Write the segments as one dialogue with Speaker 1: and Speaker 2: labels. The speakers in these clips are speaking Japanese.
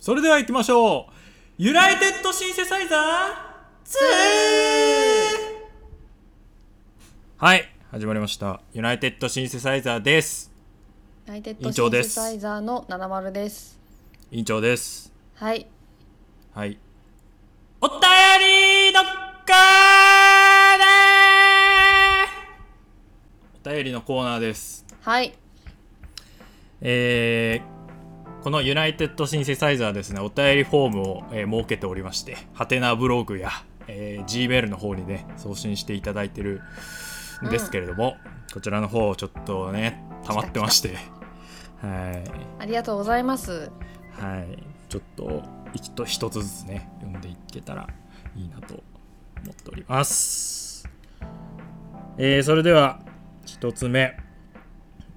Speaker 1: それでは行きましょうユナイテッドシンセサイザー2はい始まりましたユナイテッドシンセサイザーです
Speaker 2: ナイテッ
Speaker 1: 委
Speaker 2: ド
Speaker 1: 員
Speaker 2: シ
Speaker 1: 長
Speaker 2: ン
Speaker 1: で
Speaker 2: セ
Speaker 1: す
Speaker 2: サイザーの七丸です。
Speaker 1: 委員長です
Speaker 2: はい。
Speaker 1: はいお便りのコーナーお便りのコーナーです
Speaker 2: はい。
Speaker 1: えーこのユナイテッドシンセサイザーですねお便りフォームを、えー設けておりましてハテナブログや、えー Gmail の方にね送信していただいてるんですけれども、こちらの方ちょっとね溜まってましてはい
Speaker 2: ありがとうございます。
Speaker 1: はいちょっと一と一つずつね読んでいけたらいいなと思っております、えーそれでは一つ目、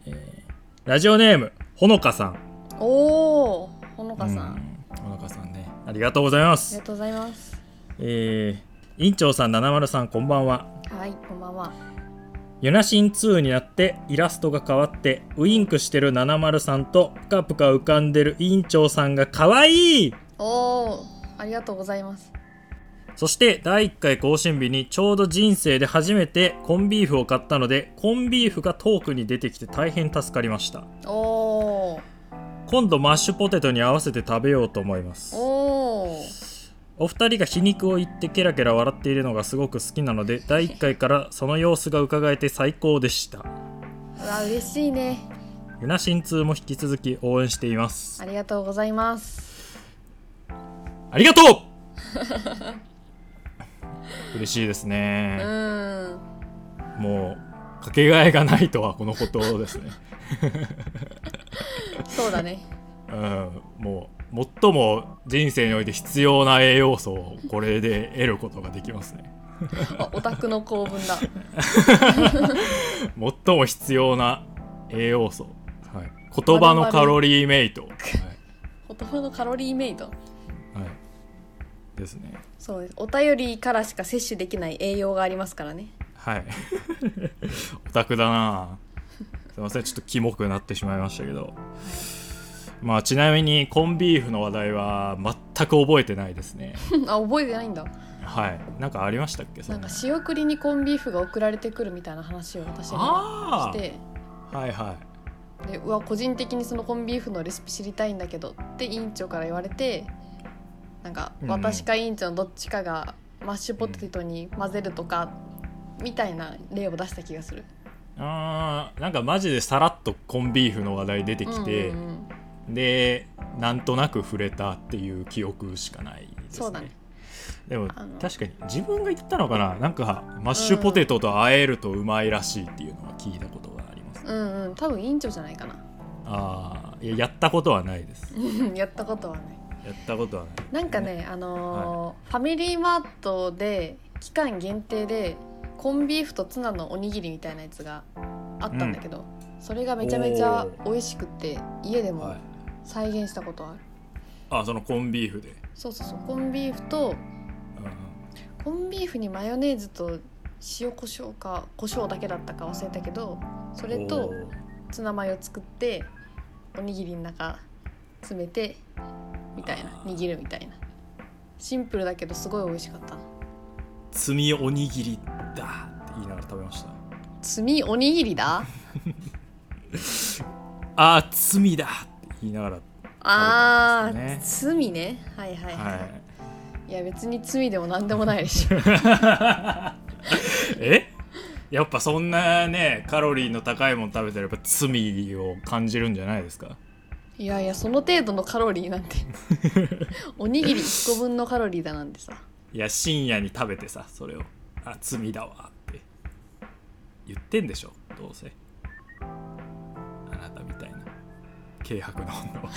Speaker 1: えーラジオネームほのかさん
Speaker 2: おお、ほのかさん,、あ
Speaker 1: うん、おなかさんねありがとうございま
Speaker 2: り
Speaker 1: す
Speaker 2: がとうございます。
Speaker 1: えー、院長さん70さんこんばんは
Speaker 2: はい、こんばんは。
Speaker 1: ユナシン2になってイラストが変わってウインクしてる70さんとぷかぷか浮かんでる院長さんが可愛い
Speaker 2: おお、ありがとうございます。
Speaker 1: そして第1回更新日にちょうど人生で初めてコンビーフを買ったのでコンビーフがトークに出てきて大変助かりました
Speaker 2: お
Speaker 1: 今度マッシュポテトに合わせて食べようと思います
Speaker 2: お、おお、
Speaker 1: お二人が皮肉を言ってケラケラ笑っているのがすごく好きなので第1回からその様子が伺えて最高でした
Speaker 2: うわ嬉しいね。
Speaker 1: ユナシン2も引き続き応援しています
Speaker 2: ありがとうございます。
Speaker 1: ありがとう 嬉しいです
Speaker 2: う
Speaker 1: ね
Speaker 2: ーん。
Speaker 1: もうかけがえがないとはこのことですね
Speaker 2: そうだね。
Speaker 1: うんもう最も人生において必要な栄養素をこれで得ることができますね
Speaker 2: あオタクの構文だ。
Speaker 1: 最も必要な栄養素、はい、言葉のカロリーメイト、はい
Speaker 2: 言葉のカロリーメイト。
Speaker 1: はい。ですね。
Speaker 2: そうです。お便りからしか摂取できない栄養がありますからね。
Speaker 1: はい。 オタクだなすいません、ちょっとキモくなってしまいましたけど。まあ、ちなみにコンビーフの話題は全く覚えてないですね。
Speaker 2: あ、覚えてないんだ。
Speaker 1: はい。なんかありましたっけそ
Speaker 2: な
Speaker 1: ん
Speaker 2: んか
Speaker 1: な
Speaker 2: 仕送りにコンビーフが送られてくるみたいな話を私に
Speaker 1: あ
Speaker 2: し
Speaker 1: ー
Speaker 2: て
Speaker 1: はいは
Speaker 2: でうわ個人的にそのコンビーフのレシピ知りたいんだけどって委員長から言われてなんか
Speaker 1: うん
Speaker 2: 私か委員長のどっちかがマッシュポテトに混ぜるとかみたいな例を出した気がする。
Speaker 1: い。あーなんかマジでさらっとコンビーフの話題出てきて、
Speaker 2: うんうんうん
Speaker 1: でなんとなく触れたっていう記憶しかないですね
Speaker 2: そうだね
Speaker 1: でも
Speaker 2: あの
Speaker 1: 確かに自分が言ったのかななんかマッシュポテトと和えるとうまいらしいっていうのは聞いたことがあります、
Speaker 2: うんうん多分委員長じゃないかな
Speaker 1: ああいややったことはないです
Speaker 2: やったことはない
Speaker 1: やったことはない
Speaker 2: なんかねあのーファミリーマートで期間限定でコンビーフとツナのおにぎりみたいなやつがあったんだけど、それがめちゃめちゃ美味しくて家で
Speaker 1: は
Speaker 2: も
Speaker 1: い、
Speaker 2: 再現したことある、
Speaker 1: あそのコンビーフで、
Speaker 2: そうそうそうコンビーフと
Speaker 1: う
Speaker 2: コンビーフにマヨネーズと塩コショウか胡椒だけだったか忘れたけどそ
Speaker 1: ん
Speaker 2: れと
Speaker 1: おー
Speaker 2: ツナマヨ作っておにぎりの中詰めてみたいな
Speaker 1: あー
Speaker 2: 握るみたいなシンプルだけどすごい美味しかった
Speaker 1: 罪おにぎりだって言いながら食べました
Speaker 2: 罪おにぎりだ
Speaker 1: ああ罪だって言いながら
Speaker 2: あ
Speaker 1: そうで
Speaker 2: ー罪ねはいはいはい、
Speaker 1: はい
Speaker 2: い、や別に罪でも何でもないでし ょ
Speaker 1: えやっぱそんなねカロリーの高いもの食べたらやっぱ罪を感じるんじゃないですか
Speaker 2: いやいやその程度のカロリーな んておにぎり1個分のカロリーだなんてさ
Speaker 1: いや深夜に食べてさそれをあ罪だわって言ってんでしょどうせあなたみたいな軽薄な女は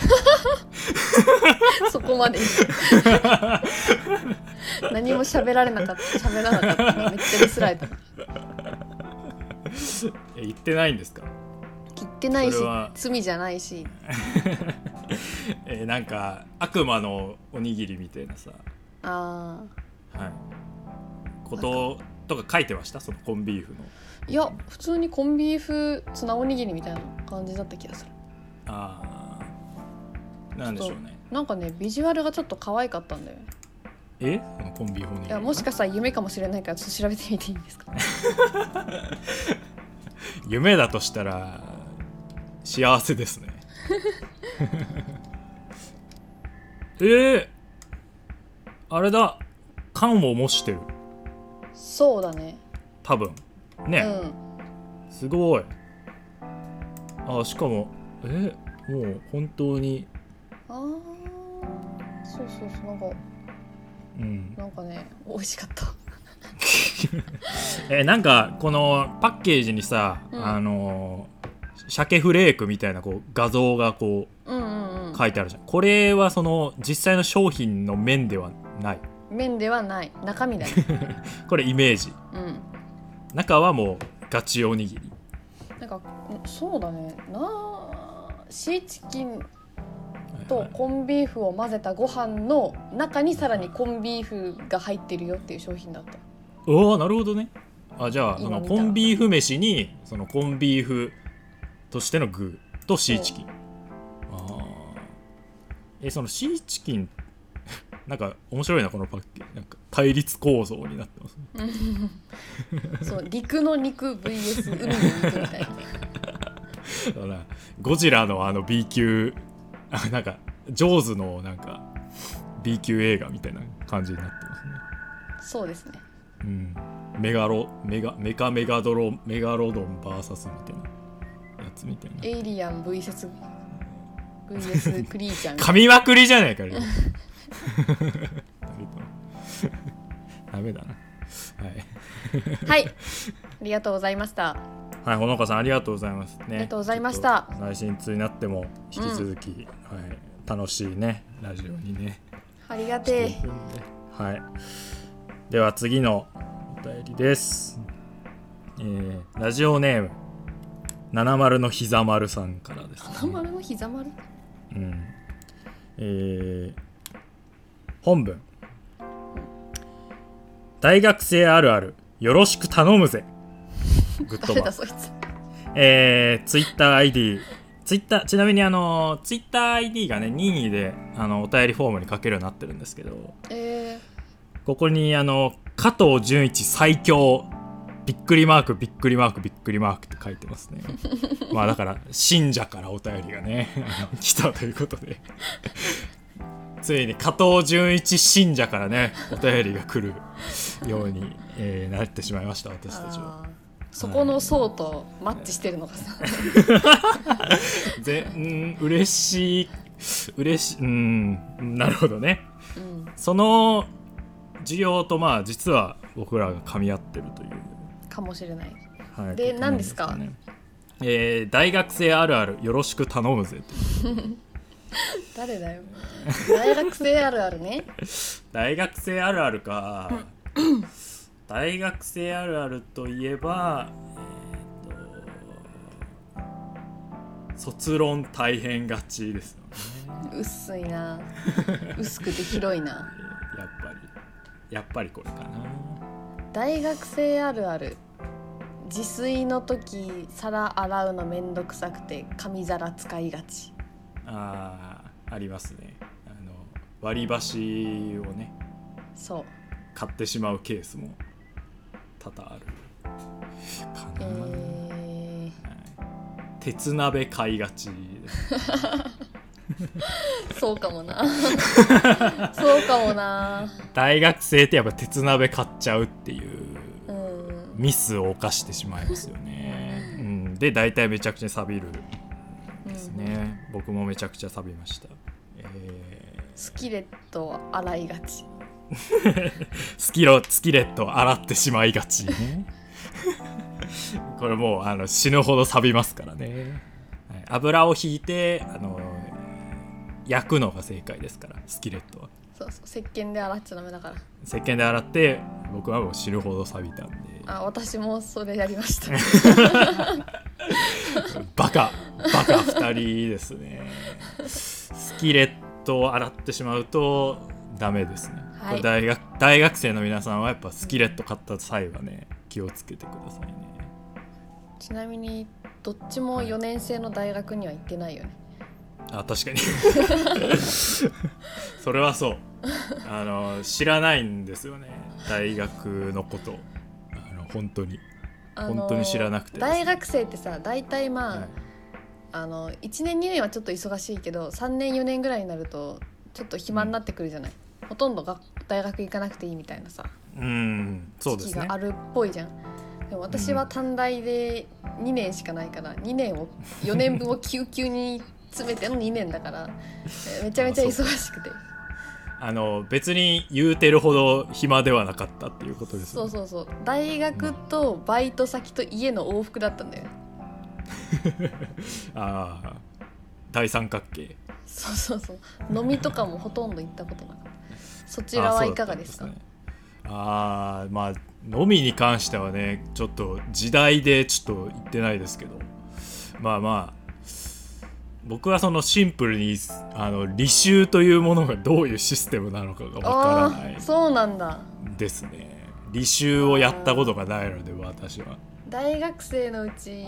Speaker 2: そこ まで何も喋られなかった喋らなかったのめっちゃミスられた
Speaker 1: え言ってないんですか
Speaker 2: 切ってないし
Speaker 1: それは
Speaker 2: 罪じゃないし
Speaker 1: えなんか悪魔のおにぎりみたいなさ
Speaker 2: あ
Speaker 1: はいこととか書いてましたそのコンビーフの
Speaker 2: ーいや普通にコンビーフツナおにぎりみたいな感じだった気がする
Speaker 1: ああなんでしょうね
Speaker 2: なんかねビジュアルがちょっと可愛かったんだよね
Speaker 1: えそのコンビーフおにぎり
Speaker 2: いやもしかしたら夢かもしれないからちょっと調べてみていいですか
Speaker 1: 夢だとしたら幸せですね えー、あれだ缶を模してる
Speaker 2: そうだね
Speaker 1: 多分
Speaker 2: う
Speaker 1: ね、
Speaker 2: ん
Speaker 1: すごいあしかもえもう本当に
Speaker 2: あーそうそうそうなんか
Speaker 1: うん
Speaker 2: なんかね美味しかった
Speaker 1: えなんかこのパッケージにさ、
Speaker 2: うん
Speaker 1: あのー鮭フレークみたいなこう画像がこ
Speaker 2: うんうんうん
Speaker 1: う書いてあるじゃんこれはその実際の商品の面ではない
Speaker 2: 麺ではない中身だね
Speaker 1: これイメージ
Speaker 2: うん
Speaker 1: 中はもうガチおにぎり
Speaker 2: なんかそうだねなシーチキンとコンビーフを混ぜたご飯の中にさらにコンビーフが入ってるよっていう商品だった
Speaker 1: おおなるほどねあじゃあそ
Speaker 2: 今
Speaker 1: の
Speaker 2: 見た
Speaker 1: コンビーフ飯にそのコンビーフとしての具とシーチキンあーえそのシーチキン なんか面白いなこのパッケージなんか対立構造になってますね
Speaker 2: そう陸の肉 VS 海の肉みたいな
Speaker 1: だからゴジラのあの B 級あなんかジョーズのなんか B 級映画みたいな感じになってますね
Speaker 2: そうですね
Speaker 1: うん、メガロメガメカメガドロメガロドン VS みたいなやつみたいな
Speaker 2: エイリアン VS VS クリーチャーみた
Speaker 1: 噛みまくりじゃ ないかよダメだなはい、
Speaker 2: いなはいありがとうございました
Speaker 1: はい、ほのかさんありがとうございますねあり
Speaker 2: がとうございました
Speaker 1: 内心痛になっても引き続き、はい、楽しいねラジオにね
Speaker 2: ありが
Speaker 1: して
Speaker 2: て
Speaker 1: いくんではいでは次のお便りです、えーラジオネーム七丸の膝丸さんからです、ね、
Speaker 2: え丸の膝丸
Speaker 1: うんえー本文大学生あるあるよろしく頼むぜグッド
Speaker 2: 誰
Speaker 1: バ
Speaker 2: だ
Speaker 1: イ
Speaker 2: そいつ
Speaker 1: えー、ツイッター ID ツイッターちなみにあのツイッター ID がね任意であのお便りフォームに書けるようになってるんですけど
Speaker 2: え
Speaker 1: ここにあの加藤純一最強びっくりマークびっくりマークびっくりマークって書いてますねまあだから信者からお便りがねあの来たということでついに加藤純一信者からねお便りが来るように、えーなってしまいました
Speaker 2: ー、
Speaker 1: 私たちは
Speaker 2: あーそこの層とマッチしてるのかさ
Speaker 1: ぜうん嬉しい嬉しいうんなるほどね
Speaker 2: うん
Speaker 1: その需要とまあ実は僕らが噛み合ってるという
Speaker 2: かもしれない
Speaker 1: はい、
Speaker 2: で
Speaker 1: ここ
Speaker 2: 何ですか
Speaker 1: なんねえー大学生あるあるよろしく頼むぜと
Speaker 2: 誰だよ大学生あるあるね
Speaker 1: 大学生あるある か大学生あるあるといえば、えーと卒論大変がちですよね
Speaker 2: 薄いな薄くて広いな
Speaker 1: やっぱりやっぱりこれかな
Speaker 2: 大学生あるある自炊の時皿洗うのめんどくさくて紙皿使いがち
Speaker 1: あーありますねあの割り箸をね
Speaker 2: そう、
Speaker 1: 買ってしまうケースも多々あるかな、
Speaker 2: え
Speaker 1: 鉄鍋買いがちです
Speaker 2: ー、そうか もなそうかもな
Speaker 1: 大学生ってやっぱ鉄鍋買っちゃうっていう
Speaker 2: うん
Speaker 1: ミスを犯してしまいますよね、うん、で大体めちゃくちゃ錆びるですね、僕もめちゃくちゃ錆びました、え
Speaker 2: スキレット洗いがち
Speaker 1: ースキロスキレット洗ってしまいが ちねこれもうあの死ぬほど錆びますからね、はい油を引いてあの焼くのが正解ですからスキレットは
Speaker 2: そうそう石鹸で洗っちゃダメだから
Speaker 1: 石鹸で洗って僕はもう死ぬほど錆びたんで
Speaker 2: あ私もそれやりました
Speaker 1: バカバカ2人ですねスキレットを洗ってしまうとダメですね、
Speaker 2: はい
Speaker 1: これ大学大学生の皆さんはやっぱスキレット買った際はね気をつけてくださいね
Speaker 2: ちなみにどっちも4年生の大学には行ってないよね
Speaker 1: あ確かに それはそうあの知らないんですよね大学のことあの本当に
Speaker 2: あのー
Speaker 1: 本当に知らなくてです
Speaker 2: 大学生ってさ大体まあ,、
Speaker 1: はい
Speaker 2: あの1年2年はちょっと忙しいけど3年4年ぐらいになるとちょっと暇になってくるじゃない、ほとんどが大学行かなくていいみたいなさ
Speaker 1: うんそうで
Speaker 2: 時期
Speaker 1: すね
Speaker 2: があるっぽいじゃん。でも私は短大で2年しかないから2年を4 年分を急々に詰めての2年だからえめちゃめちゃ忙しくて
Speaker 1: あの別に言うてるほど暇ではなかったっていうことです
Speaker 2: そ
Speaker 1: よ
Speaker 2: う
Speaker 1: ね
Speaker 2: そうそう大学とバイト先と家の往復だったんだよね
Speaker 1: ああ大三角形
Speaker 2: そうそうそう飲みとかもほとんど行ったことなかったそちらはいかがですか
Speaker 1: あーそうだったんですねあーまあ飲みに関してはねちょっと時代でちょっと言ってないですけどまあまあ僕はそのシンプルにあの履修というものがどういうシステムなのかがわ
Speaker 2: あ
Speaker 1: からない
Speaker 2: ーそうなんだ
Speaker 1: ですね履修をやったことがないので私は、はい、
Speaker 2: 大学生のうち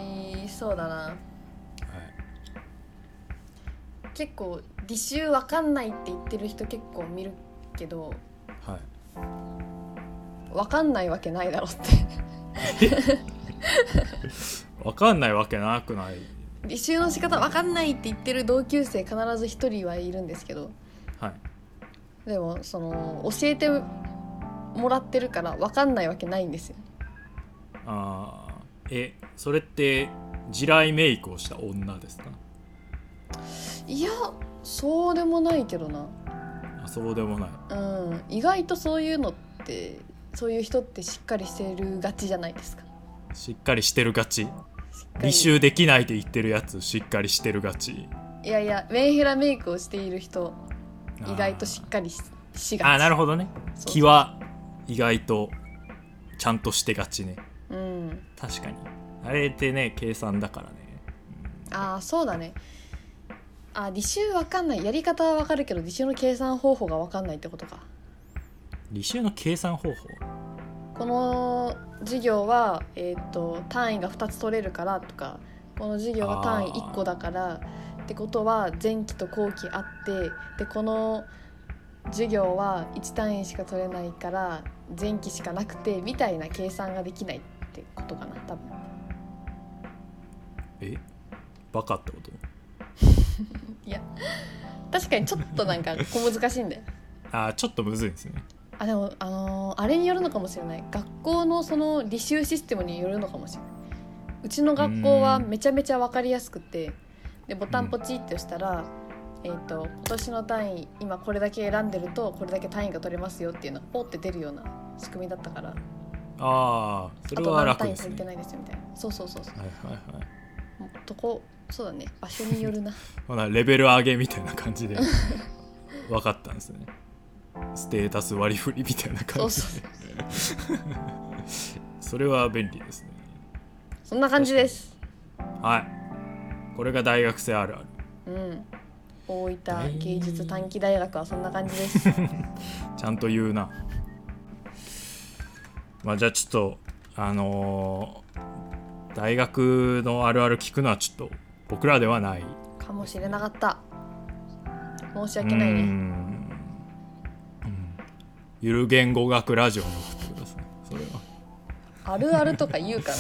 Speaker 2: そうだな結構履修わかんないって言ってる人結構見るけど
Speaker 1: はい、
Speaker 2: わかんないわけないだろって
Speaker 1: 分かんないわけなくない
Speaker 2: 履修の仕方わかんないって言ってる同級生必ず一人はいるんですけど
Speaker 1: はい
Speaker 2: でもその教えてもらってるからわかんないわけないんですよ
Speaker 1: あーえそれって地雷メイクをした女ですか
Speaker 2: いやそうでもないけどな
Speaker 1: あそうでもない
Speaker 2: うん、意外とそういうのってそういう人ってしっかりしてるがちじゃないですか
Speaker 1: しっかりしてるがち
Speaker 2: しっかり
Speaker 1: 履修できないって言ってるやつしっかりしてるがち
Speaker 2: いやいやメンヘラメイクをしている人意外としっ
Speaker 1: か
Speaker 2: かりし
Speaker 1: り
Speaker 2: しがち
Speaker 1: あーなるほどね
Speaker 2: そうそう
Speaker 1: 気は意外とちゃんとしてがちね
Speaker 2: うん
Speaker 1: 確かにあれってね計算だからね
Speaker 2: ああそうだねあー履修わかんないやり方はわかるけど履修の計算方法がわかんないってことか
Speaker 1: 履修の計算方法
Speaker 2: この授業は、えー、と単位が2つ取れるからとかこの授業が単位
Speaker 1: あー
Speaker 2: 1個だからってことは前期と後期あってでこの授業は1単位しか取れないから前期しかなくてみたいな計算ができないってことかな多分
Speaker 1: えバカってこと
Speaker 2: いや確かにちょっとなんか小難しいんだよ
Speaker 1: あーちょっとむずいですね
Speaker 2: あでもあのーあれによるのかもしれない学校のその履修システムによるのかもしれないうちの学校は
Speaker 1: うん
Speaker 2: めちゃめちゃ分かりやすくてでボタンポチって押したら、えー、と今年の単位今これだけ選んでるとこれだけ単位が取れますよっていうのがポって出るような仕組みだったから
Speaker 1: ああそ
Speaker 2: あ
Speaker 1: れ
Speaker 2: と
Speaker 1: は
Speaker 2: 何
Speaker 1: 楽
Speaker 2: 単位
Speaker 1: です
Speaker 2: 足り
Speaker 1: ね
Speaker 2: てないですよみたいなそうそうそうそう
Speaker 1: はいはいはい
Speaker 2: もうとこそうだね場所による な
Speaker 1: ほなレベル上げみたいな感 じで分かったんですねステータス割り振りみたいな
Speaker 2: そ
Speaker 1: 感
Speaker 2: う
Speaker 1: じで
Speaker 2: そう
Speaker 1: それは便利ですね
Speaker 2: そんな感じです
Speaker 1: はいこれが大学生あるある
Speaker 2: うん大分芸術短期大学はそんな感じです
Speaker 1: ちゃんと言うなまあじゃあちょっとあのー大学のあるある聞くのはちょっと僕らではない
Speaker 2: かもしれなかった申し訳ないう
Speaker 1: ーん
Speaker 2: ね
Speaker 1: うんゆる言語学ラジオに送ってくださいそれは
Speaker 2: あるあるとか言うか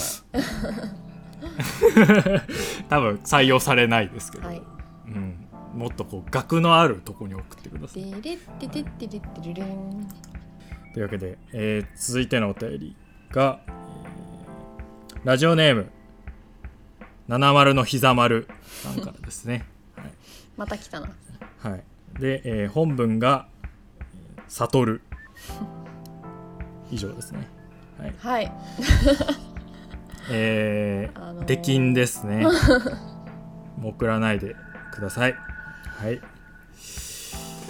Speaker 1: 多分採用されないですけど、
Speaker 2: なはい
Speaker 1: うん、もっとこう学のあるとこに送ってください
Speaker 2: ディレッディデッディデッディレレン
Speaker 1: というわけで、えー続いてのお便りが、えーラジオネーム七丸の膝丸さんからです ね
Speaker 2: また来たな
Speaker 1: はいで、えー本文が「悟る」以上ですねはい
Speaker 2: はい
Speaker 1: えー
Speaker 2: あのー
Speaker 1: 出禁です ね もう送らないでくださいはい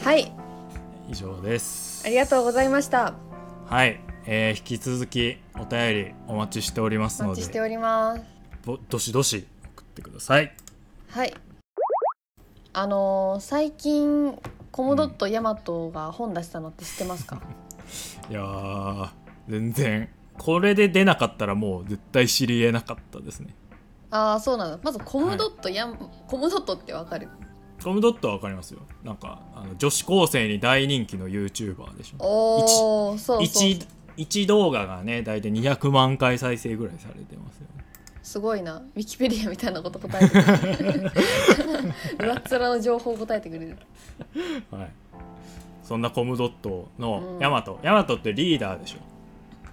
Speaker 2: はい
Speaker 1: 以上です
Speaker 2: ありがとうございました
Speaker 1: はい、えー引き続きお便りお待ちしております
Speaker 2: お
Speaker 1: の
Speaker 2: 待ちして
Speaker 1: で
Speaker 2: おります
Speaker 1: ぼどしどし送ってください
Speaker 2: はいあのー最近コモドットヤマトが本出したのって知ってますか
Speaker 1: いやー全然これで出なかったらもう絶対知り得なかったですね
Speaker 2: ああそうなんだまずコモドットヤマ、コモドットってわかる
Speaker 1: コムドットは分かりますよなんかあの女子高生に大人気の YouTuber でしょ
Speaker 2: おおそうそう
Speaker 1: 一一動画がね大体200万回再生ぐらいされてますよ ね
Speaker 2: すごいなウィキペディアみたいなこと答えてく れる上っ面の情報を答えてくれる
Speaker 1: はいそんなコムドットの
Speaker 2: うん
Speaker 1: ヤマトヤマトってリーダーでしょ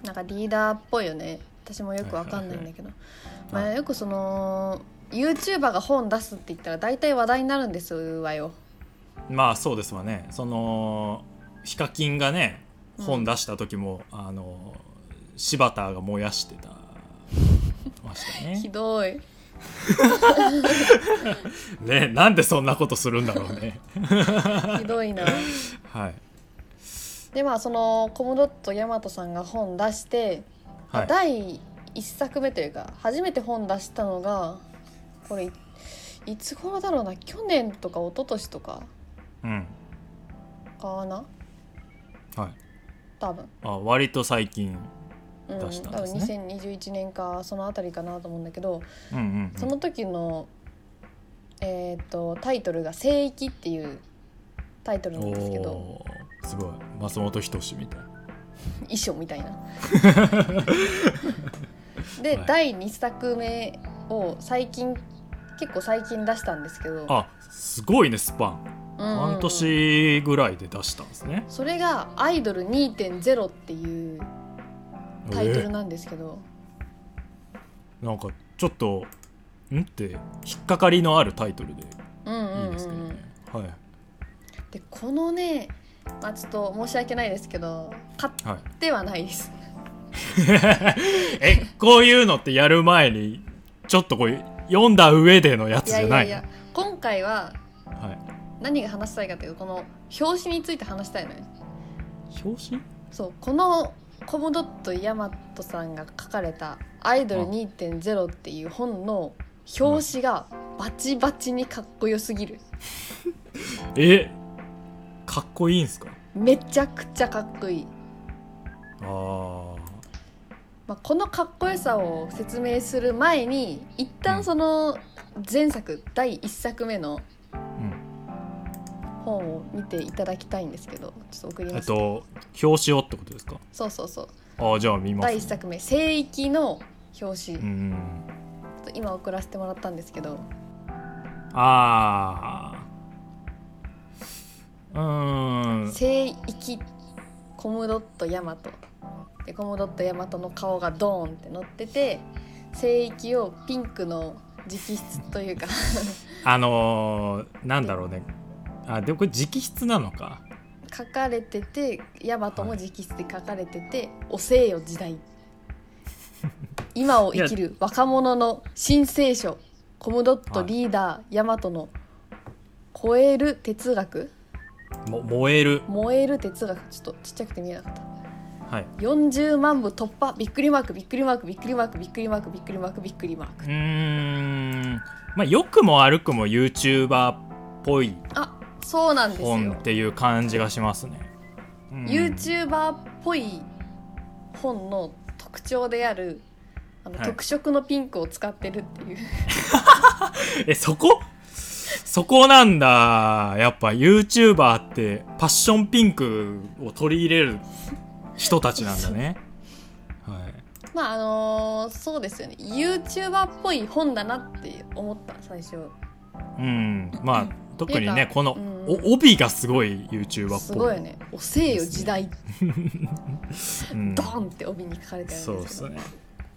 Speaker 2: なんかリーダーっぽいよね私もよくわかんないんだけど、
Speaker 1: はいはい
Speaker 2: まあ、よくその YouTuber が本出すって言ったら大体話題になるんですわよ
Speaker 1: まあそうですわねそのヒカキンがね
Speaker 2: うん
Speaker 1: 本出した時も、あの柴田が燃やして たました
Speaker 2: ひ
Speaker 1: ね
Speaker 2: どい
Speaker 1: ねなんでそんなことするんだろうね
Speaker 2: ひ どいな
Speaker 1: はい
Speaker 2: でまあそのコムドットヤマトさんが本出して、
Speaker 1: はい
Speaker 2: 第一作目というか初めて本出したのがこれいいつ頃だろうな去年とか一昨年とか
Speaker 1: うん
Speaker 2: かな
Speaker 1: はい
Speaker 2: 多分、
Speaker 1: あ割と最近
Speaker 2: うん
Speaker 1: 出したん
Speaker 2: 多
Speaker 1: です
Speaker 2: 分
Speaker 1: ね
Speaker 2: 2021年かそのあたりかなと思うんだけど
Speaker 1: うんうん、うん、
Speaker 2: その時の、えー、とタイトルが「聖域」っていうタイトルなんですけど
Speaker 1: おーすごい松本人志みたい
Speaker 2: 衣装み たいな。で、
Speaker 1: はい
Speaker 2: 第2作目を最近結構最近出したんですけど
Speaker 1: あすごいねスパン
Speaker 2: うん
Speaker 1: 半年ぐらいで出したんですね、
Speaker 2: それが「アイドル2.0」っていうタイトルなんですけど、
Speaker 1: えーなんかちょっとんって引っかかりのあるタイトルで
Speaker 2: うんうん
Speaker 1: いい
Speaker 2: うん
Speaker 1: ですけど
Speaker 2: うん
Speaker 1: ね、はい
Speaker 2: でこのね、まあ、ちょっと申し訳ないですけど買っ
Speaker 1: はい
Speaker 2: てはないです
Speaker 1: えこういうのってやる前にちょっとこう読んだ上でのやつ
Speaker 2: い
Speaker 1: じ
Speaker 2: や
Speaker 1: ゃ
Speaker 2: いや
Speaker 1: ない
Speaker 2: いや今回は
Speaker 1: はい、
Speaker 2: 何が話したいかというとこの表紙について話したいのよ
Speaker 1: 表紙
Speaker 2: そうこのコムドットヤマトさんが書かれた「アイドル2.0」っていう本の表紙がバチバチにかっこよすぎる
Speaker 1: えかっこいいんすか
Speaker 2: めちゃくちゃかっこいい、
Speaker 1: あー
Speaker 2: まあ、このかっこよさを説明する前に一旦その前作第1作目の
Speaker 1: うん
Speaker 2: 本を見ていただきたいんですけどちょっと送り
Speaker 1: え
Speaker 2: ま
Speaker 1: っ
Speaker 2: すね、
Speaker 1: と表紙をってことですか
Speaker 2: そうそうそう
Speaker 1: あーじゃあ見ます
Speaker 2: 第1作目「聖域」の表紙、
Speaker 1: うんうん
Speaker 2: ちょっと今送らせてもらったんですけど
Speaker 1: ああうーん
Speaker 2: 聖域コムドットヤマトでコムドットヤマトの顔がドーンって乗ってて聖域をピンクの直筆というか
Speaker 1: あのー、なんだろうねあでもこれ直筆なのか
Speaker 2: 書かれててヤマトも直筆で書かれてて、お西洋時代今を生きる若者の新聖書コムドットリーダーヤマトの超える哲学
Speaker 1: も燃える
Speaker 2: 燃える哲学ちょっとちっちゃくて見えなかった
Speaker 1: はい
Speaker 2: 40万部突破びっくりマークびっくりマークびっくりマークびっくりマークびっくりマークびっくりマー
Speaker 1: う
Speaker 2: ク
Speaker 1: ーんまあ良くも悪くも YouTuber っぽい
Speaker 2: あそうなんです
Speaker 1: 本
Speaker 2: よ
Speaker 1: っていう感じがしますね、うん、
Speaker 2: YouTuber っぽい本の特徴であるあの、
Speaker 1: はい
Speaker 2: 特色のピンクを使ってるっていう
Speaker 1: えそこそこなんだやっぱ YouTuber ってパッションピンクを取り入れる人たちなんだねはい
Speaker 2: まああのーそうですよね YouTuber っぽい本だなって思った最初
Speaker 1: うんまあ、
Speaker 2: うん
Speaker 1: 特に
Speaker 2: ていう
Speaker 1: ね
Speaker 2: か
Speaker 1: この、
Speaker 2: うん
Speaker 1: お帯がすごい YouTuber っぽい
Speaker 2: すごいよね「おせえよ時代」
Speaker 1: うん
Speaker 2: ドーンって帯に書かれてある
Speaker 1: そうんで
Speaker 2: です
Speaker 1: す
Speaker 2: けど
Speaker 1: ね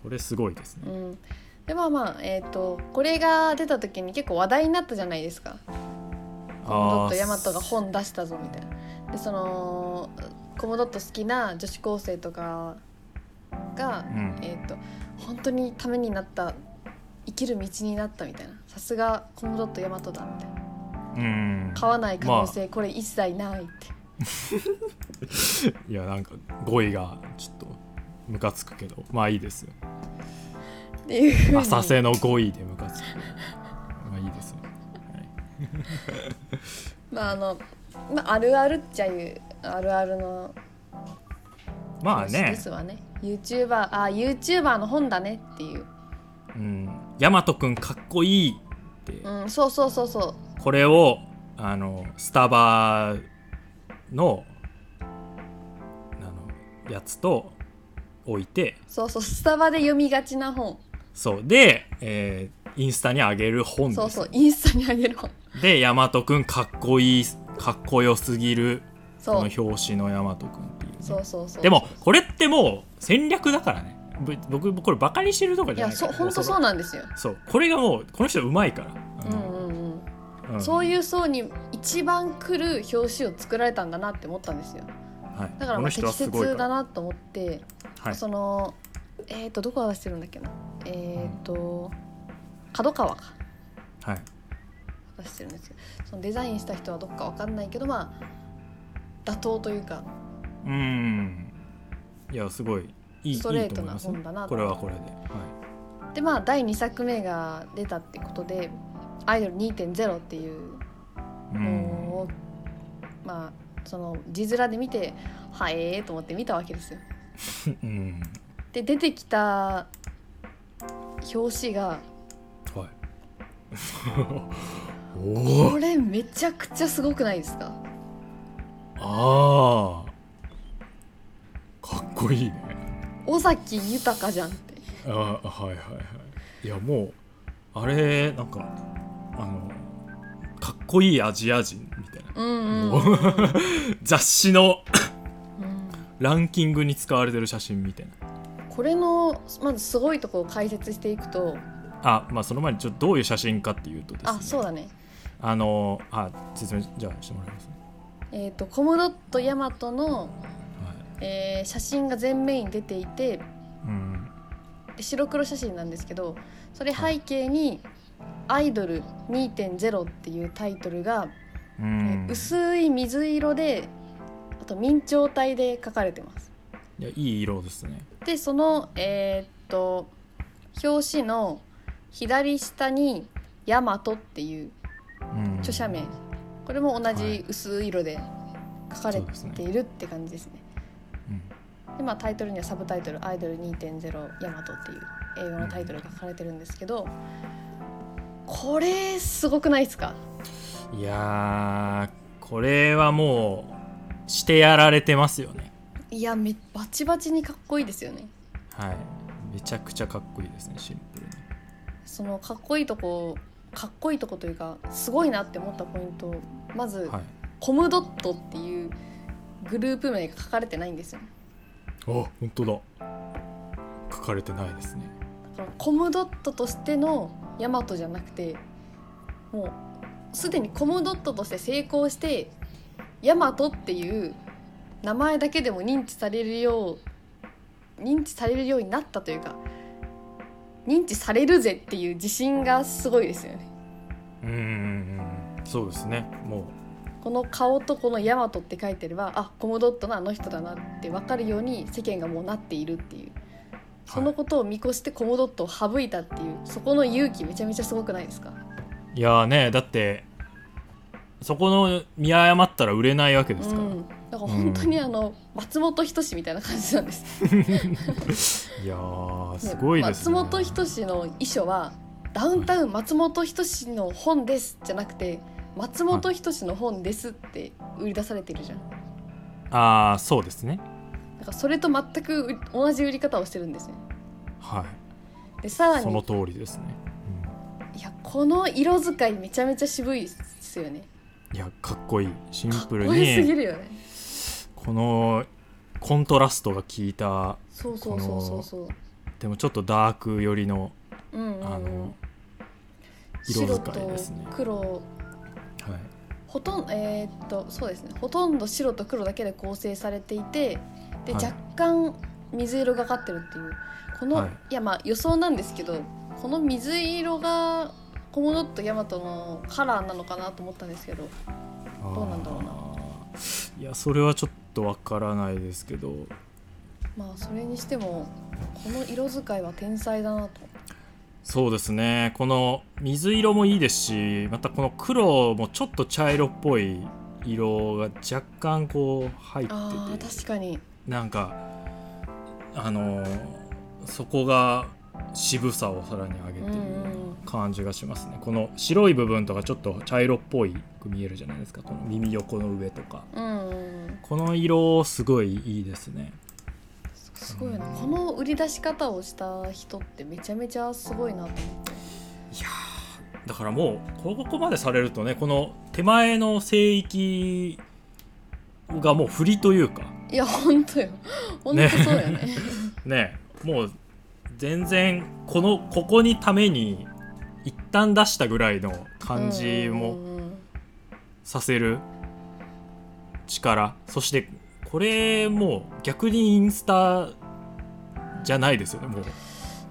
Speaker 1: これすごいですね、
Speaker 2: うんでまあまあえっ、とこれが出た時に結構話題になったじゃないですかコムドッ
Speaker 1: あ
Speaker 2: ト
Speaker 1: ー
Speaker 2: ヤマトが本出したぞみたいなでそのコムドット好きな女子高生とかが、
Speaker 1: うん
Speaker 2: えっ、と本当にためになった生きる道になったみたいなさすがコムドットヤマトだみたいな
Speaker 1: うん
Speaker 2: 買わない可能性、これ一切ないって
Speaker 1: いやなんか語彙がちょっとムカつくけどまあいいですよ
Speaker 2: っていうふうに
Speaker 1: 浅瀬の語彙でムカつくけどまあいいですよ、はい
Speaker 2: まああの、まあ、あるあるっちゃいうあるあるの
Speaker 1: まあ
Speaker 2: 話で
Speaker 1: ね
Speaker 2: すわね YouTuber あ YouTuber の本だねっていう、
Speaker 1: うん大和くんかっこいいって、
Speaker 2: うん、そうそうそうそう
Speaker 1: これをあのスタバのあのやつと置いて
Speaker 2: そうそうスタバで読みがちな本
Speaker 1: そうで、えーインスタに上げる本です
Speaker 2: そうそうインスタにあげる本
Speaker 1: で大和くんかっこいいかっこよすぎるこの
Speaker 2: そう
Speaker 1: 表紙の大和くんっていうね、
Speaker 2: そうそうそう
Speaker 1: でもこれってもう戦略だからねぶ僕これバカにしてるとか
Speaker 2: い
Speaker 1: じゃ
Speaker 2: や
Speaker 1: ないか
Speaker 2: そ
Speaker 1: ら
Speaker 2: 本当
Speaker 1: も
Speaker 2: そうなんですよ、
Speaker 1: そうこれがもうこの人うまいから、
Speaker 2: うんうんうん
Speaker 1: うんうん
Speaker 2: そういう層に一番来る表紙を作られたんだなって思ったんですよ
Speaker 1: はい、
Speaker 2: だから
Speaker 1: こ
Speaker 2: ま
Speaker 1: の
Speaker 2: あ
Speaker 1: 人
Speaker 2: 適
Speaker 1: はすごい
Speaker 2: 切
Speaker 1: か
Speaker 2: だ
Speaker 1: ら、
Speaker 2: なと思って、
Speaker 1: はい、
Speaker 2: そのえっ、とどこ出してるんだっけなえっ、と角川か
Speaker 1: はい、
Speaker 2: 出してるんですけどそのデザインした人はどっかわかんないけどまあ妥当というか
Speaker 1: うんいやすごいいいいい
Speaker 2: ス
Speaker 1: と
Speaker 2: トレート
Speaker 1: 思い
Speaker 2: な
Speaker 1: ます
Speaker 2: 本だなと
Speaker 1: これはこれで、はい、
Speaker 2: でまあ第2作目が出たってことで「アイドル2.0」っていう
Speaker 1: う
Speaker 2: の
Speaker 1: ん
Speaker 2: を、まあその字面で見てはえーと思って見たわけですよ。
Speaker 1: うん
Speaker 2: で出てきた表紙が
Speaker 1: はい
Speaker 2: 「
Speaker 1: おお
Speaker 2: これめちゃくちゃすごくないですか?
Speaker 1: ああかっこいいね」
Speaker 2: 尾崎豊じゃんって
Speaker 1: あはいはいはいいやもうあれなんかあのかっこいいアジア人みたいな、
Speaker 2: うんうん、
Speaker 1: もう雑誌の
Speaker 2: うん
Speaker 1: ランキングに使われてる写真みたいな
Speaker 2: これのまずすごいとこを解説していくと
Speaker 1: あまあその前にちょっとどういう写真かっていうとですね
Speaker 2: あそうだね
Speaker 1: あのあ説明じゃあしてもらいますね、
Speaker 2: えっ、とコムドットヤマトの、
Speaker 1: はい
Speaker 2: えー写真が全面に出ていて
Speaker 1: うん、
Speaker 2: で白黒写真なんですけどそれ背景に「アイドル2.0」っていうタイトルが、
Speaker 1: う
Speaker 2: え
Speaker 1: ん、
Speaker 2: 薄い水色であと明朝体で書かれてます。
Speaker 1: いやいい色ですね
Speaker 2: でそのえーっと表紙の左下に「ヤマト」っていう
Speaker 1: うん
Speaker 2: 著者名これも同じ薄い色で書かれ
Speaker 1: そうですね
Speaker 2: ているって感じですね。
Speaker 1: うん
Speaker 2: でまあ、タイトルにはサブタイトル「アイドル2.0ヤマト」っていう英語のタイトルが書かれてるんですけどこれすごくないですか
Speaker 1: いやーこれはもうしてやられてますよね
Speaker 2: いやめバチバチにかっこいいですよね
Speaker 1: はいめちゃくちゃかっこいいですねシンプルに
Speaker 2: そのかっこいいとこかっこいいとこというかすごいなって思ったポイントまず、
Speaker 1: はい
Speaker 2: コムドットっていうグループ名が書かれてないんですよね
Speaker 1: あ本当だ書かれてないですね
Speaker 2: だからコムドットとしてのヤマトじゃなくてもうすでにコムドットとして成功してヤマトっていう名前だけでも認知されるよう認知されるようになったというか認知されるぜっていう自信がすごいですよね
Speaker 1: うんうんうんそうですねも
Speaker 2: この顔とこのヤマトって書いてればあコムドットのあの人だなって分かるように世間がもうなっているっていう
Speaker 1: う
Speaker 2: そのことを見越してコムドットを省いたっていうそこの勇気めちゃめちゃすごくないですか
Speaker 1: い、いやーねだってそこの見誤ったら売れないわけですから、
Speaker 2: うん、だから本当にあの、松本人志みたいな感じなんです
Speaker 1: いやー すごいですね
Speaker 2: 松本人志の遺書はダウンタウン松本人志の本ですじゃなくて松本人志の本ですって売り出されてるじゃん
Speaker 1: ああそうですね
Speaker 2: だからそれと全くう同じ売り方をしてるんですね
Speaker 1: はい
Speaker 2: でさら
Speaker 1: その
Speaker 2: に
Speaker 1: 通りですね、
Speaker 2: いやこの色使いめちゃめちゃ渋いですよね
Speaker 1: うんいやかっこいいシン
Speaker 2: かっ
Speaker 1: プ
Speaker 2: こ
Speaker 1: ル
Speaker 2: よすぎ
Speaker 1: に
Speaker 2: るよね
Speaker 1: このコントラストが効いた
Speaker 2: そうそうそうそうそう
Speaker 1: でもちょっとダーク寄りの
Speaker 2: うんうんうん
Speaker 1: あの色
Speaker 2: 白
Speaker 1: 使
Speaker 2: と
Speaker 1: いですね
Speaker 2: 黒
Speaker 1: はい
Speaker 2: ほとんどえーっとそうですねほとんど白と黒だけで構成されていてで、
Speaker 1: はい
Speaker 2: 若干水色がかってるっていうこの、
Speaker 1: はい
Speaker 2: い、やまあ予想なんですけどこの水色がコモドットヤマトのカラーなのかなと思ったんですけどどうなんだろうな
Speaker 1: あーいやそれはちょっとわからないですけど
Speaker 2: まあそれにしてもこの色使いは天才だなと
Speaker 1: そうですねこの水色もいいですしまたこの黒もちょっと茶色っぽい色が若干こう入って
Speaker 2: あ
Speaker 1: て
Speaker 2: ー確かに
Speaker 1: なんかあのーそこが渋さをさらに上げて
Speaker 2: う
Speaker 1: る
Speaker 2: んうん
Speaker 1: 感じがしますねこの白い部分とかちょっと茶色っぽいく見えるじゃないですかこの耳横の上とか
Speaker 2: うんうん
Speaker 1: この色すごいいいですね
Speaker 2: すすごいなこの売り出し方をした人ってめちゃめちゃすごいなと思って
Speaker 1: いやーだからもうここまでされるとねこの手前の聖域がもう振りというか
Speaker 2: いや本当よ本当そうよね
Speaker 1: ね もう全然このここにために一旦出したぐらいの感じ
Speaker 2: う
Speaker 1: も
Speaker 2: んうん
Speaker 1: させる力そしてこれもう逆にインスタじゃないですよねもう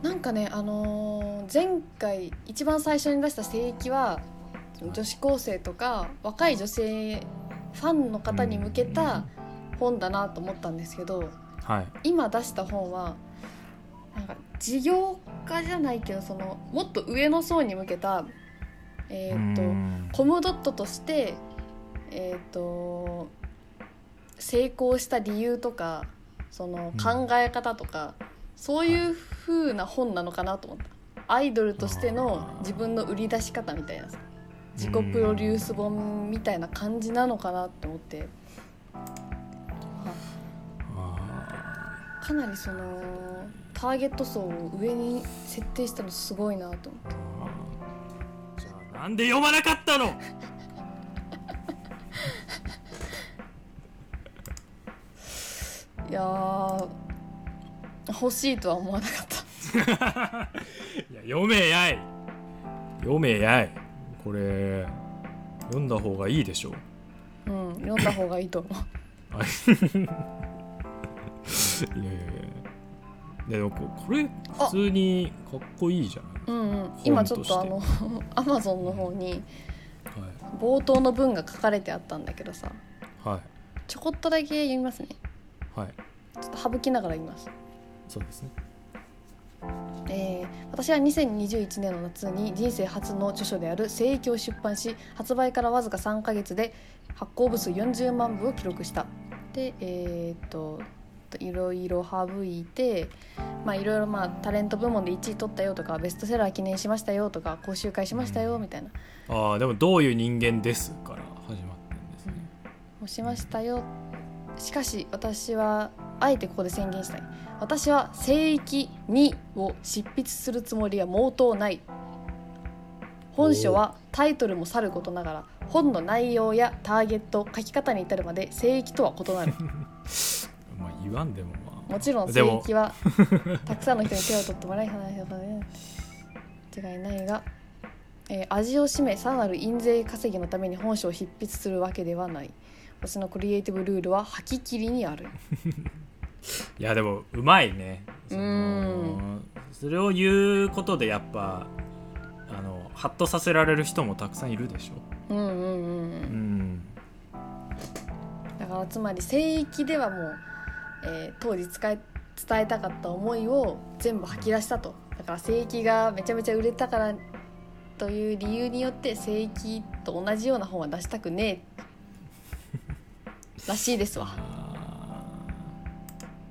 Speaker 2: なんかねあのー前回一番最初に出した聖域は女子高生とか若い女性ファンの方に向けた本だなと思ったんですけど
Speaker 1: はい
Speaker 2: 今出した本はなんか事業家じゃないけどそのもっと上の層に向けたえーっと、
Speaker 1: うん
Speaker 2: コムドットとしてえっ、と成功した理由とかその考え方とか、そういう風な本なのかなと思ったアイドルとしての自分の売り出し方みたいなさ自己プロデュース本みたいな感じなのかなって思って
Speaker 1: あ
Speaker 2: かなりそのターゲット層を上に設定したのすごいなと思
Speaker 1: ーじゃあなんで読まなかったの
Speaker 2: っていやー欲しいとは思わなかった。
Speaker 1: いや読めやい読めやいこれ読んだ方がいいでしょう
Speaker 2: うん、読んだ方がいいと思う。
Speaker 1: いやいやいやでもここれ普通にかっこいいじゃない
Speaker 2: うんうん、
Speaker 1: して
Speaker 2: 今ちょっとあの アマゾンの方に冒頭の文が書かれてあったんだけどさ
Speaker 1: はい
Speaker 2: ちょこっとだけ読みますね
Speaker 1: はいはい
Speaker 2: ちょっと省きながら言います
Speaker 1: そうですね
Speaker 2: えー私は2021年の夏に人生初の著書である「聖域」を出版し発売からわずか3ヶ月で発行部数40万部を記録した。でえーっといろいろ省いて、まあ、いろいろまあタレント部門で1位取ったよとかベストセラー記念しましたよとか講習会しましたよみたいな
Speaker 1: ああでもどういう人間ですから始まってんですね、
Speaker 2: 押しましたよしかし私はあえてここで宣言したい私は「聖域2」を執筆するつもりは毛頭ない本書はタイトルもさることながら本の内容やターゲット書き方に至るまで聖域とは異なる
Speaker 1: まあ言わんでもまあ
Speaker 2: もちろん聖
Speaker 1: でも
Speaker 2: 域はたくさんの人に手を取ってもらい話だからね違いないが、えー味を占めさらなる印税稼ぎのために本書を執筆するわけではない私のクリエイティブルールは吐ききりにある
Speaker 1: いやでもうまいねその
Speaker 2: うー
Speaker 1: それを言うことでやっぱあのハッとさせられる人もたくさんいるでしょ
Speaker 2: うんうんう
Speaker 1: うんん
Speaker 2: うんだからつまり聖域ではもう、えー当時使え伝えたかった思いを全部吐き出したとだから聖域がめちゃめちゃ売れたからという理由によって聖域と同じような本は出したくね えらしいですわ
Speaker 1: あー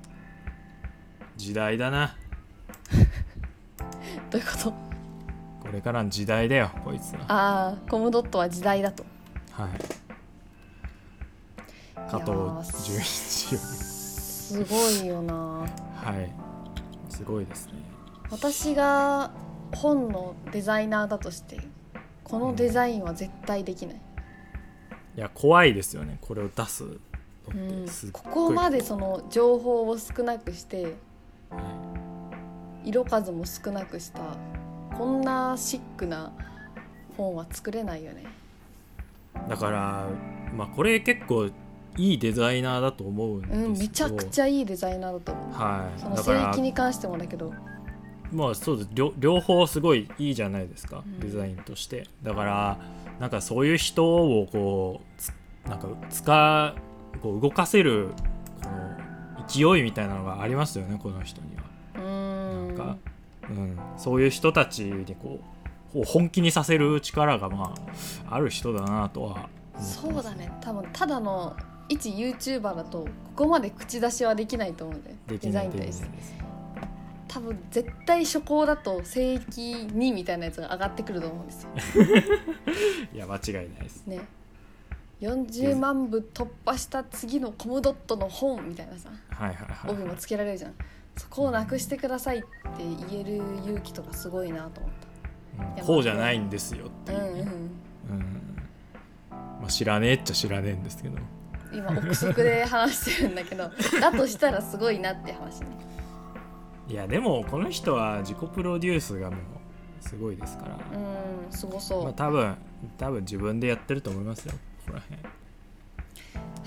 Speaker 1: 時代だな
Speaker 2: どういうこと
Speaker 1: これからの時代だよこいつは
Speaker 2: ああコムドットは時代だと
Speaker 1: はい
Speaker 2: い
Speaker 1: 加
Speaker 2: やー
Speaker 1: 藤純一よ
Speaker 2: すごいよな
Speaker 1: はいすごいですね
Speaker 2: 私が本のデザイナーだとしてこのデザインは絶対できない
Speaker 1: いや怖いですよねこれを出すのってすっ
Speaker 2: こ
Speaker 1: ごい、
Speaker 2: こまでその情報を少なくして
Speaker 1: は
Speaker 2: 色数も少なくしたこんなシックな本は作れないよね
Speaker 1: いだからまあこれ結構いいデザイナーだと思うんです
Speaker 2: う
Speaker 1: けど、
Speaker 2: んめちゃくちゃいいデザイナーだと思う
Speaker 1: は
Speaker 2: そ
Speaker 1: い
Speaker 2: の
Speaker 1: だか
Speaker 2: 聖
Speaker 1: ら
Speaker 2: 域に関してもだけど
Speaker 1: まあそうです両両方すごいいいじゃないですか、
Speaker 2: うん
Speaker 1: デザインとしてだからなんかそういう人をこうつなんかつかこう動かせるこの勢いみたいなのがありますよねこの人には、
Speaker 2: うーん
Speaker 1: なんか、うん、そういう人たちにこうこう本気にさせる力がまあある人だなとは思って
Speaker 2: そ
Speaker 1: ま
Speaker 2: う
Speaker 1: す
Speaker 2: だね多分ただの一 YouTuber だとここまで口出しはできないと思うんだよ
Speaker 1: で
Speaker 2: デ
Speaker 1: き
Speaker 2: ザ
Speaker 1: な
Speaker 2: イ
Speaker 1: い
Speaker 2: ンに
Speaker 1: で
Speaker 2: 対
Speaker 1: き
Speaker 2: し
Speaker 1: な
Speaker 2: て
Speaker 1: いです
Speaker 2: 多分絶対初行だと聖域2みたいなやつが上がってくると思うんですよ
Speaker 1: いや間違いないです
Speaker 2: ね40万部突破した次のコムドットの本みたいなさ
Speaker 1: はいはい
Speaker 2: 帯
Speaker 1: は
Speaker 2: もつけられるじゃんそこをなくしてくださいって言える勇気とかすごいなと思
Speaker 1: い、
Speaker 2: っ
Speaker 1: うんこうじゃないんですよって
Speaker 2: た
Speaker 1: いううんね、
Speaker 2: うん
Speaker 1: うんまあ、知らねえっちゃ知らねえんですけど
Speaker 2: 今憶測で話してるんだけど だとしたらすごいなって話ね
Speaker 1: いやでもこの人は自己プロデュースがもうすごいですから、
Speaker 2: うんすご
Speaker 1: ま
Speaker 2: そ
Speaker 1: あ、多分多分自分でやってると思いますよここら辺
Speaker 2: う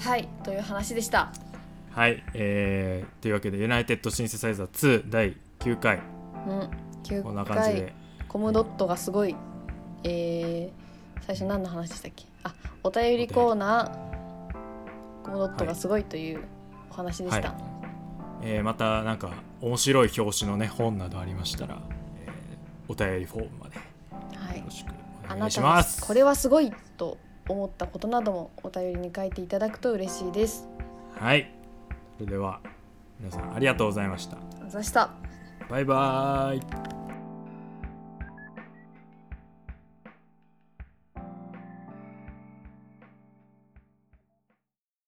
Speaker 2: はいという話でした
Speaker 1: はいえー、というわけで「ユナイテッドシンセサイザー2第9回
Speaker 2: うん」
Speaker 1: こん
Speaker 2: 9
Speaker 1: な感じ
Speaker 2: 回
Speaker 1: で
Speaker 2: コムドットがすごいえー、最初何の話でしたっけあお便りコーナーコムドットがすごいというお話でした、
Speaker 1: はいえーまたなんか面白い表紙のね本などありましたら、えーお便りフォームまでよ
Speaker 2: はい
Speaker 1: ろ、しく
Speaker 2: あ
Speaker 1: お願
Speaker 2: ない
Speaker 1: した
Speaker 2: が
Speaker 1: ます。
Speaker 2: これはすごいと思ったことなどもお便りに書いていただくと嬉しいです
Speaker 1: はい。それでは皆さんありがとうございました。
Speaker 2: ありがとうございました
Speaker 1: バイバーイ。